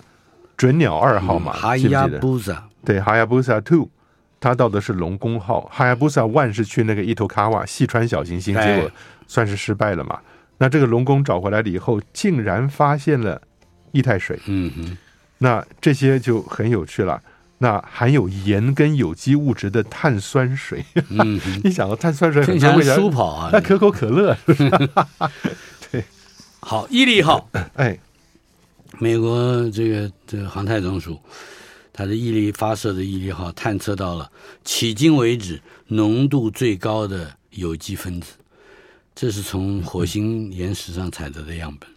S3: 准鸟二号嘛，
S2: 哈伊
S3: 记不
S2: 亚
S3: 记得？
S2: 布萨，
S3: 对，Hayabusa Two，它到的是龙宫号，Hayabusa One 是去那个伊头卡瓦细川小行星，
S2: 对
S3: 结果算是失败了嘛。那这个龙宫找回来了以后，竟然发现了液态水，
S2: 嗯哼，
S3: 那这些就很有趣了。那含有盐跟有机物质的碳酸水，
S2: 嗯 哼，
S3: 一想到碳酸水很
S2: 听起
S3: 多
S2: 来
S3: 味道，
S2: 舒跑啊
S3: 那。可口可乐，
S2: 好，毅力号，
S3: 哎，
S2: 美国这个这个航太总署，它的毅力发射的毅力号探测到了迄今为止浓度最高的有机分子，这是从火星岩石上采得的样本。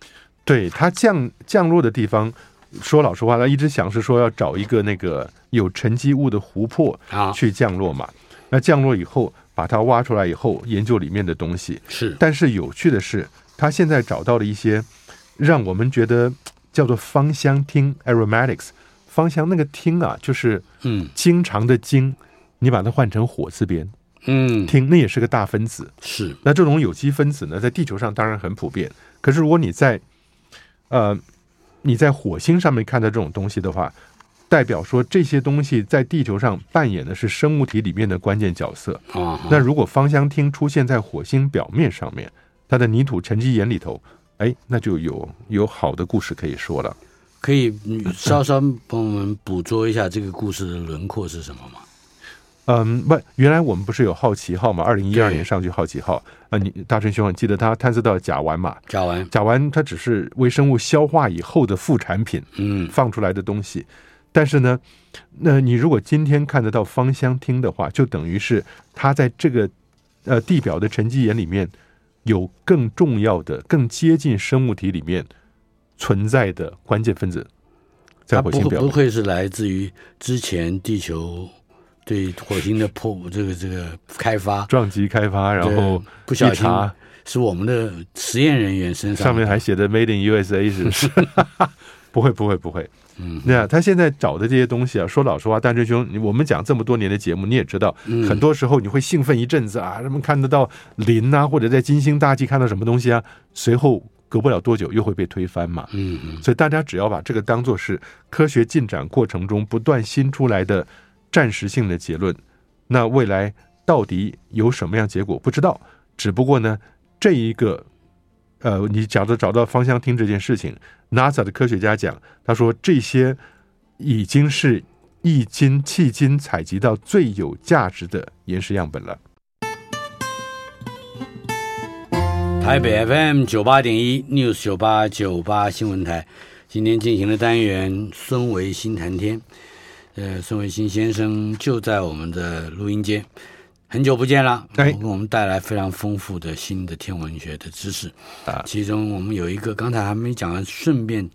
S3: 对它降降落的地方，说老实话，他一直想是说要找一个那个有沉积物的湖泊，
S2: 啊，
S3: 去降落嘛。那降落以后，把它挖出来以后，研究里面的东西。
S2: 是，
S3: 但是有趣的是，他现在找到了一些让我们觉得嘖叫做芳香烃 （aromatics）。芳香那个烃啊，就是
S2: 嗯
S3: 经常的经，你把它换成火字边，
S2: 嗯，
S3: 烃那也是个大分子。
S2: 是，
S3: 那这种有机分子呢，在地球上当然很普遍。可是如果你在，呃，你在火星上面看到这种东西的话，代表说这些东西在地球上扮演的是生物体里面的关键角色。
S2: 啊哈，
S3: 那如果芳香烃出现在火星表面上面，它的泥土沉积岩里头，哎，那就有有好的故事可以说了。
S2: 可以嗯稍稍帮我们捕捉一下这个故事的轮廓是什么吗？
S3: 嗯，不，原来我们不是有好奇号嘛？二零一二
S2: 对
S3: 年上去好奇号啊、你大成兄，你记得他探测到甲烷嘛？
S2: 甲烷，
S3: 甲烷它只是微生物消化以后的副产品，
S2: 嗯
S3: 放出来的东西。但是呢，那你如果今天看得到芳香烃的话，就等于是它在这个呃地表的沉积岩里面有更重要的、更接近生物体里面存在的关键分子，在
S2: 它
S3: 火
S2: 不
S3: 星
S2: 会
S3: 表
S2: 不
S3: 面。
S2: 会是来自于之前地球对火星的破这个这个开发，
S3: 撞击开发，然后
S2: 对不
S3: 一
S2: 小心
S3: 查
S2: 是我们的实验人员身上
S3: 上面还写的 “Made in USA” 是不是？ 不会，不会，不会。嗯，那他现在找的这些东西啊，说老实话，大真兄，你我们讲这么多年的节目，你也知道，
S2: 嗯
S3: 很多时候你会兴奋一阵子啊，什么看得到林啊，或者在金星大气看到什么东西啊，随后隔不了多久又会被推翻嘛。
S2: 嗯嗯
S3: 所以大家只要把这个当做是科学进展过程中不断新出来的暂时性的结论，那未来到底有什么样结果不知道。只不过呢，这一个呃，你假如找到芳香烃这件事情，NASA 的科学家讲，他说这些已经是迄今迄今采集到最有价值的岩石样本了。
S2: 台北 FM 九八点一 News 九八九八新闻台，今天进行的单元孙维新谈天。呃，孙维新先生就在我们的录音间，很久不见了，
S3: 哎
S2: 给我们带来非常丰富的新的天文学的知识。
S3: 啊
S2: 其中我们有一个刚才还没讲完，顺便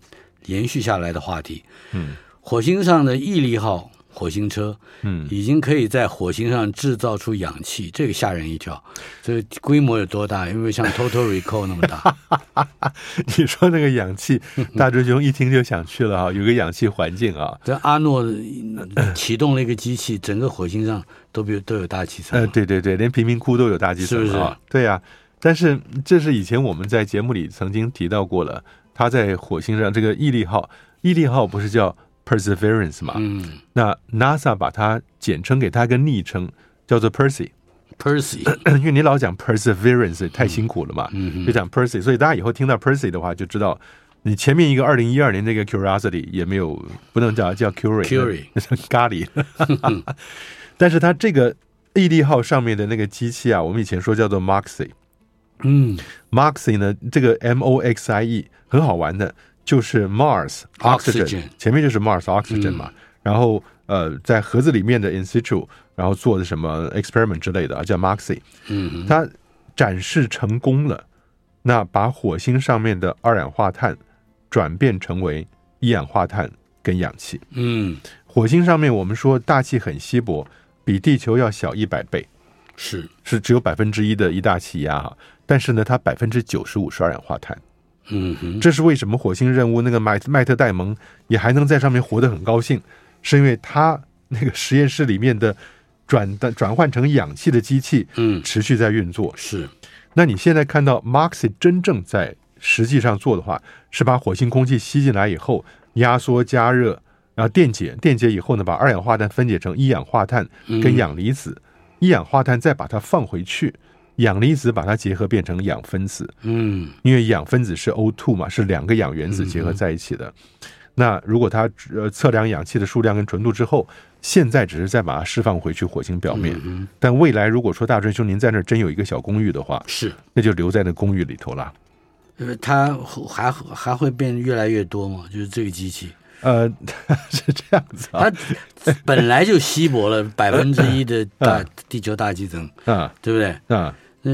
S2: 延续下来的话题，
S3: 嗯，
S2: 火星上的毅力号火星车，
S3: 嗯，
S2: 已经可以在火星上制造出氧气，这个吓人一跳。这个规模有多大？有没有像 Total Recall 那么大？
S3: 你说那个氧气，大追兄一听就想去了啊，有个氧气环境啊。
S2: 这阿诺呃启动了一个机器，整个火星上都比都有大气层。
S3: 呃，对对对，连贫民窟都有大气层
S2: 是不是
S3: 啊？对呀、但是这是以前我们在节目里曾经提到过了，它在火星上这个毅力号，毅力号不是叫 Perseverance 嘛？
S2: 嗯
S3: 那 NASA 把它简称给它一个昵称，叫做 Percy，
S2: ，Percy，
S3: 因为你老讲 Perseverance 太辛苦了嘛，
S2: 嗯
S3: 就讲 Percy，所以大家以后听到 Percy 的话，就知道你前面一个二零一二年那个 Curiosity 也没有不能叫叫 Curie
S2: Curie
S3: 那是咖喱，
S2: 嗯
S3: 但是它这个毅力号上面的那个机器啊，我们以前说叫做 Moxie。
S2: 嗯
S3: Moxie 呢，这个 M O X I E 很好玩的，就是 Mars
S2: Oxygen 嗯
S3: 前面就是 Mars oxygen 嘛，然后呃，在盒子里面的 in situ，然后做的什么 experiment 之类的啊，叫 Moxie，
S2: 嗯
S3: 它展示成功了，那把火星上面的二氧化碳转变成为一氧化碳跟氧气。
S2: 嗯，
S3: 火星上面我们说大气很稀薄，比地球要小一百倍，
S2: 是，
S3: 是只有百分之一的一大气压啊，但是呢，它百分之九十五是二氧化碳。
S2: 嗯哼，
S3: 这是为什么火星任务那个麦麦特戴蒙也还能在上面活得很高兴，是因为他那个实验室里面的转的转换成氧气的机器
S2: 嗯
S3: 持续在运作。
S2: 是，
S3: 那你现在看到 Moxie 真正在实际上做的话，是把火星空气吸进来以后，压缩加热，然后电解，电解以后呢，把二氧化碳分解成一氧化碳跟氧离子，一氧化碳再把它放回去，氧离子把它结合变成氧分子。
S2: 嗯
S3: 因为氧分子是 O2 嘛，是两个氧原子结合在一起的。那如果它呃测量氧气的数量跟纯度之后，现在只是再把它释放回去火星表面。
S2: 嗯
S3: 但未来如果说大春兄您在那儿真有一个小公寓的话，
S2: 是，
S3: 那就留在那公寓里头啦。
S2: 呃它还还会变越来越多嘛？就是这个机器。
S3: 呃， 是这样子啊
S2: 它本来就稀薄了百分之一的大地球大气层，
S3: 啊
S2: 对不对？
S3: 啊！
S2: 那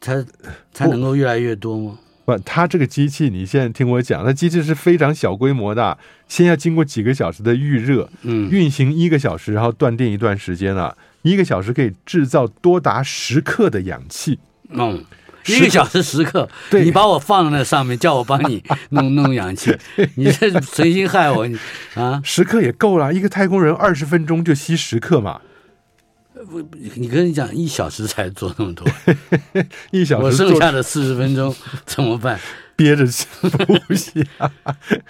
S2: 它它
S3: 不
S2: 能够越来越多吗？
S3: 不，它这个机器你现在听我讲，它机器是非常小规模的，先要经过几个小时的预热，
S2: 嗯，
S3: 运行一个小时，然后断电一段时间啊，一个小时可以制造多达十克的氧气。
S2: 嗯，
S3: 十
S2: 一个小时十克，
S3: 对
S2: 你把我放在那上面，叫我帮你弄弄氧 气，你这存心害我你啊！
S3: 十克也够了，一个太空人二十分钟就吸十克嘛，
S2: 你跟你讲，一小时才做那么 多，
S3: 一小
S2: 我
S3: 时
S2: 剩
S3: 就
S2: 下的四十分钟怎么 办？
S3: 憋着吸呼吸、啊。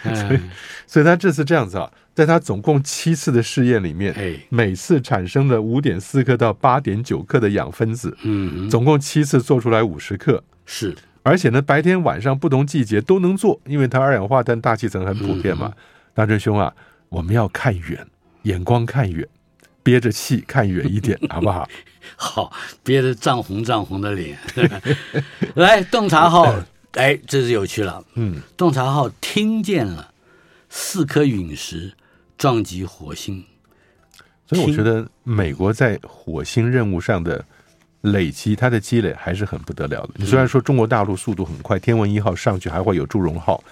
S2: 哎
S3: 所以他这次这样子啊，在他总共七次的试验里面，
S2: 哎，
S3: 每次产生了五点四克到八点九克的氧分子，
S2: 嗯，
S3: 总共七次做出来五十克。
S2: 是，
S3: 而且呢，白天晚上不同季节都能做，因为它二氧化碳大气层很普遍嘛。大春兄啊，我们要看远，眼光看远，憋着气看远一点，好不好？
S2: 好，憋得涨红涨红的脸。 来，洞察号，哎，这是有趣了。
S3: 嗯，
S2: 洞察号听见了四颗陨石撞击火星，
S3: 所以我
S2: 听
S3: 觉得美国在火星任务上的累积，它的积累还是很不得了的。你虽然说中国大陆速度很快，天文一号上去还会有祝融号，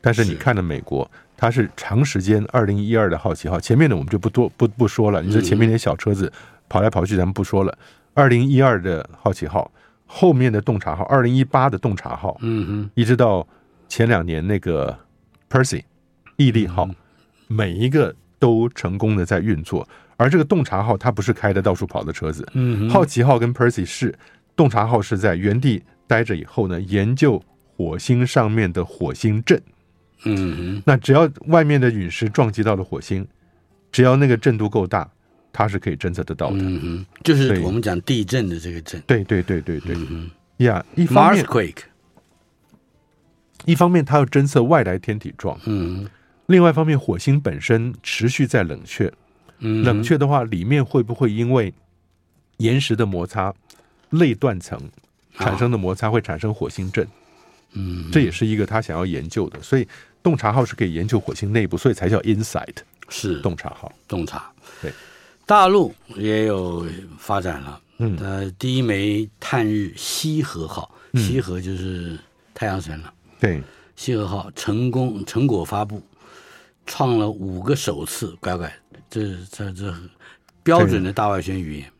S3: 但是你
S2: 是
S3: 看了美国，它是长时间二零一二的好奇号，前面的我们就不多不不说了。你说前面那些小车子跑来跑去，咱们不说了。二零一二的好奇号，后面的洞察号，二零一八的洞察号，
S2: 嗯哼，
S3: 一直到前两年那个 Percy 毅力号，
S2: 嗯
S3: 每一个都成功的在运作。而这个洞察号它不是开的到处跑的车子，
S2: 嗯哼，
S3: 好奇号跟 Percy 是洞察号是在原地待着以后呢，研究火星上面的火星阵。
S2: 嗯哼，
S3: 那只要外面的陨石撞击到了火星，只要那个震度够大，它是可以侦测得到的。
S2: 嗯哼，就是
S3: 对
S2: 我们讲地震的这个震
S3: 对对对对
S2: 嗯
S3: 对，呀、一方面
S2: ，Marsquake，
S3: 一方面它要侦测外来天体撞，
S2: 嗯
S3: 另外一方面，火星本身持续在冷却，
S2: 嗯，
S3: 冷却的话，里面会不会因为岩石的摩擦、类断层产生的摩擦会产生火星震？
S2: 啊嗯，
S3: 这也是一个他想要研究的。所以，洞察号是可以研究火星内部，所以才叫 Insight
S2: 是
S3: 洞察号。
S2: 洞察。
S3: 对，
S2: 大陆也有发展了。
S3: 嗯
S2: 呃，第一枚探日西河号，西河就是太阳神了。
S3: 对，
S2: 西河号成功成果发布，创了五个首次，乖乖，这这这标准的大外宣语言。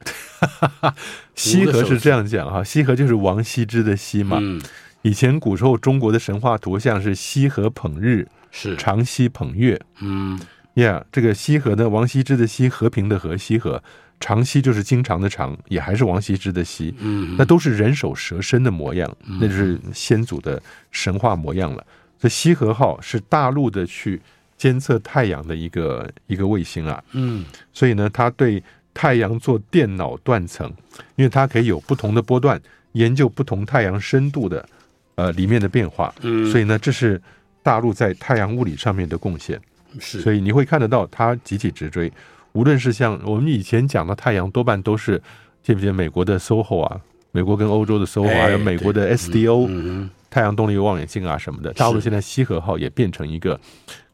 S3: 西河是这样讲哈，西河就是王羲之的羲嘛。
S2: 嗯，
S3: 以前古时候中国的神话图像是羲和捧日，
S2: 是，
S3: 长溪捧月，
S2: 嗯，
S3: Yeah，这个羲和呢，王羲之的羲，和平的和，羲和长羲就是经常的长，也还是王羲之的羲，
S2: 嗯，
S3: 那都是人首蛇身的模样，那就是先祖的神话模样了。所以羲和号是大陆的去监测太阳的一个一个卫星啊，
S2: 嗯，
S3: 所以呢，它对太阳做电脑断层，因为它可以有不同的波段，研究不同太阳深度的呃里面的变化，
S2: 嗯
S3: 所以呢，这是大陆在太阳物理上面的贡献。
S2: 嗯是，
S3: 所以你会看得到它集体直追。无论是像我们以前讲的太阳，多半都是记不记得美国的 SOHO 啊，美国跟欧洲的 SOHO，、啊
S2: 哎
S3: 还有美国的 SDO、
S2: 嗯
S3: 太阳动力望远镜啊什么的。大陆现在西河号也变成一个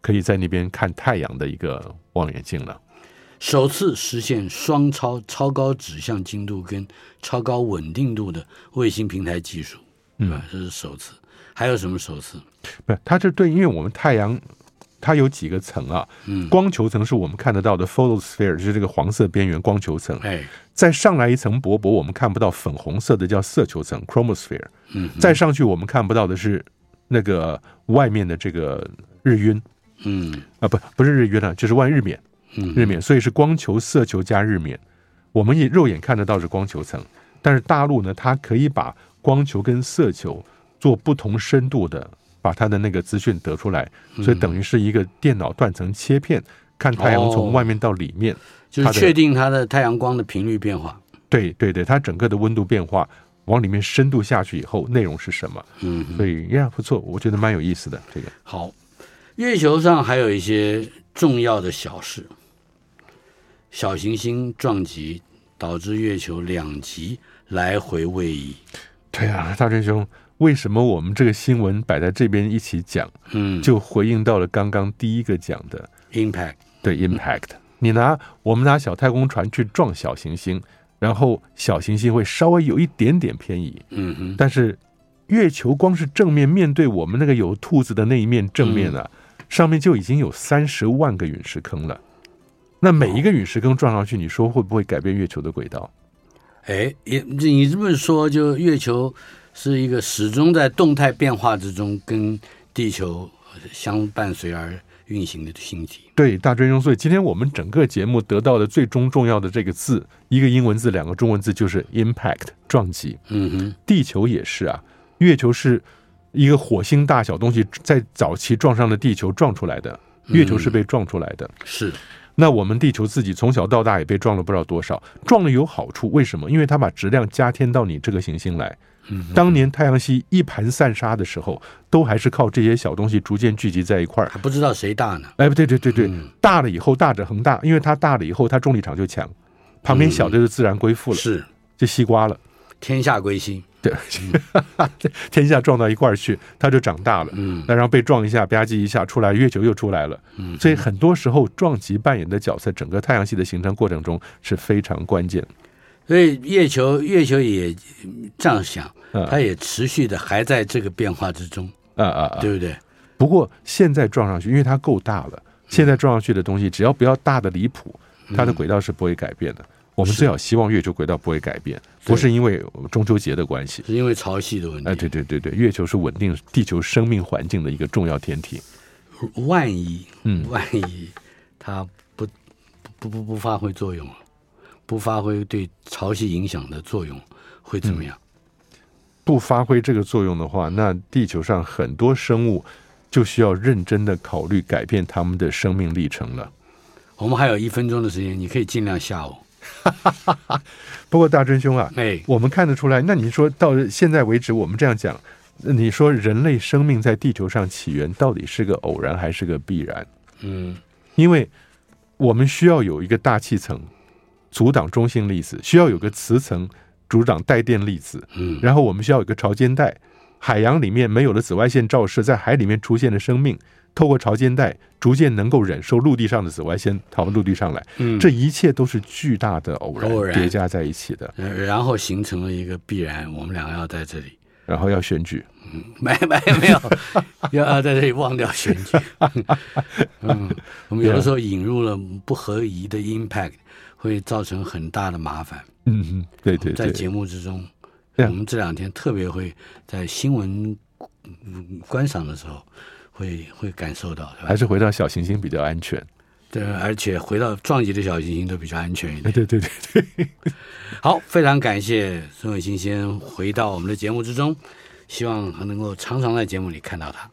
S3: 可以在那边看太阳的一个望远镜了。
S2: 哼，首次实现双超超高指向精度跟超高稳定度的卫星平台技术，
S3: 嗯
S2: 对吧？这是首次。还有什么首次？
S3: 不是，它是对，因为我们太阳它有几个层啊，
S2: 嗯
S3: 光球层是我们看得到的 photosphere，就是这个黄色边缘光球层。
S2: 哎，
S3: 再上来一层薄薄，我们看不到粉红色的叫色球层 （chromosphere）。
S2: 嗯，
S3: 再上去我们看不到的是那个外面的这个日晕
S2: 嗯
S3: 啊，不不是日晕啊，就是外日冕，
S2: 嗯，
S3: 日冕，所以是光球、色球加日冕。我们也肉眼看得到是光球层，但是大陆呢，它可以把光球跟色球做不同深度的，把它的那个资讯得出来，
S2: 嗯
S3: 所以等于是一个电脑断层切片，看太阳
S2: 哦
S3: 从外面到里面。
S2: 就是
S3: 它的
S2: 确定它的太阳光的频率变化。
S3: 对对对，它整个的温度变化往里面深度下去以后，内容是什么？
S2: 嗯哼，
S3: 所以呀，不错，我觉得蛮有意思的这个。
S2: 好，月球上还有一些重要的小事，小行星撞击导致月球两极来回位移。
S3: 对啊，大真兄，为什么我们这个新闻摆在这边一起讲，
S2: 嗯，
S3: 就回应到了刚刚第一个讲的
S2: impact
S3: 对
S2: 嗯
S3: impact？你拿我们拿小太空船去撞小行星，然后小行星会稍微有一点点偏移，
S2: 嗯哼，
S3: 但是月球光是正面面对我们那个有兔子的那一面正
S2: 嗯
S3: 面啊，上面就已经有三十万个陨石坑了。那
S2: 哦
S3: 每一个陨石坑撞上去，你说会不会改变月球的轨道？
S2: 哎，也你这么说，就月球是一个始终在动态变化之中跟地球相伴随而运行的星体。
S3: 对，大追兄，所以今天我们整个节目得到的最终重要的这个字，一个英文字，两个中文字，就是 impact 撞击。
S2: 嗯哼，
S3: 地球也是啊，月球是一个火星大小东西在早期撞上了地球撞出来的，月球是被撞出来的。
S2: 是，
S3: 那我们地球自己从小到大也被撞了不知道多少，撞了有好处，为什么？因为它把质量加添到你这个行星来。当年太阳系一盘散沙的时候，都还是靠这些小东西逐渐聚集在一块儿。
S2: 还不知道谁大呢。嗯
S3: 哎，不对对对对，大了以后大者恒大，因为它大了以后，它重力场就强，旁边小的
S2: 嗯
S3: 就自然归附了，
S2: 是
S3: 就西瓜了。
S2: 天下归心，
S3: 对，天下撞到一块儿去，它就长大了。
S2: 嗯，
S3: 那然后被撞一下，吧唧一下出来，月球又出来了。
S2: 嗯
S3: 所以很多时候，撞击扮演的角色，整个太阳系的形成过程中是非常关键。
S2: 所以月球月球也嗯这样想，
S3: 嗯
S2: 它也持续的还在这个变化之中，
S3: 啊啊啊！
S2: 对不对？
S3: 不过现在撞上去，因为它够大了，
S2: 嗯
S3: 现在撞上去的东西只要不要大的离谱，它的轨道是不会改
S2: 嗯
S3: 变的。我们最好希望月球轨道不会改变，不是因为中秋节的关系。
S2: 是因为潮汐的问题。
S3: 哎，对对对对，月球是稳定地球生命环境的一个重要天体。
S2: 万一
S3: 嗯
S2: 万一它不不不不发挥作用，啊不发挥对潮汐影响的作用，会怎么样？
S3: 不发挥这个作用的话，那地球上很多生物就需要认真的考虑改变它们的生命历程了。
S2: 我们还有一分钟的时间，你可以尽量吓我。
S3: 不过大真兄啊，
S2: 哎，
S3: 我们看得出来，那你说到现在为止，我们这样讲，你说人类生命在地球上起源到底是个偶然还是个必然？
S2: 嗯
S3: 因为我们需要有一个大气层阻挡中性粒子，需要有个磁层阻挡带电粒子，
S2: 嗯
S3: 然后我们需要有个潮间带，海洋里面没有了紫外线照射，在海里面出现的生命，透过潮间带逐渐能够忍受陆地上的紫外线逃到陆地上来，
S2: 嗯，
S3: 这一切都是巨大的偶然
S2: 偶然
S3: 叠加在一起的。
S2: 呃然后形成了一个必然，我们两个要在这里，
S3: 然后要选举，
S2: 没没没有，要要在这里忘掉选举。 嗯，我们有的时候引入了不合宜的 impact，会造成很大的麻烦。
S3: 嗯哼，对对
S2: 在
S3: 对，
S2: 节目之中，
S3: 对啊
S2: 我们这两天特别会在新闻嗯观赏的时候会会感受到，对吧
S3: 还是回到小行星比较安全。
S2: 对，而且回到撞击的小行星都比较安全一
S3: 哎，
S2: 点。
S3: 对对对，
S2: 好，非常感谢孙伟新先回到我们的节目之中，希望他能够常常在节目里看到他。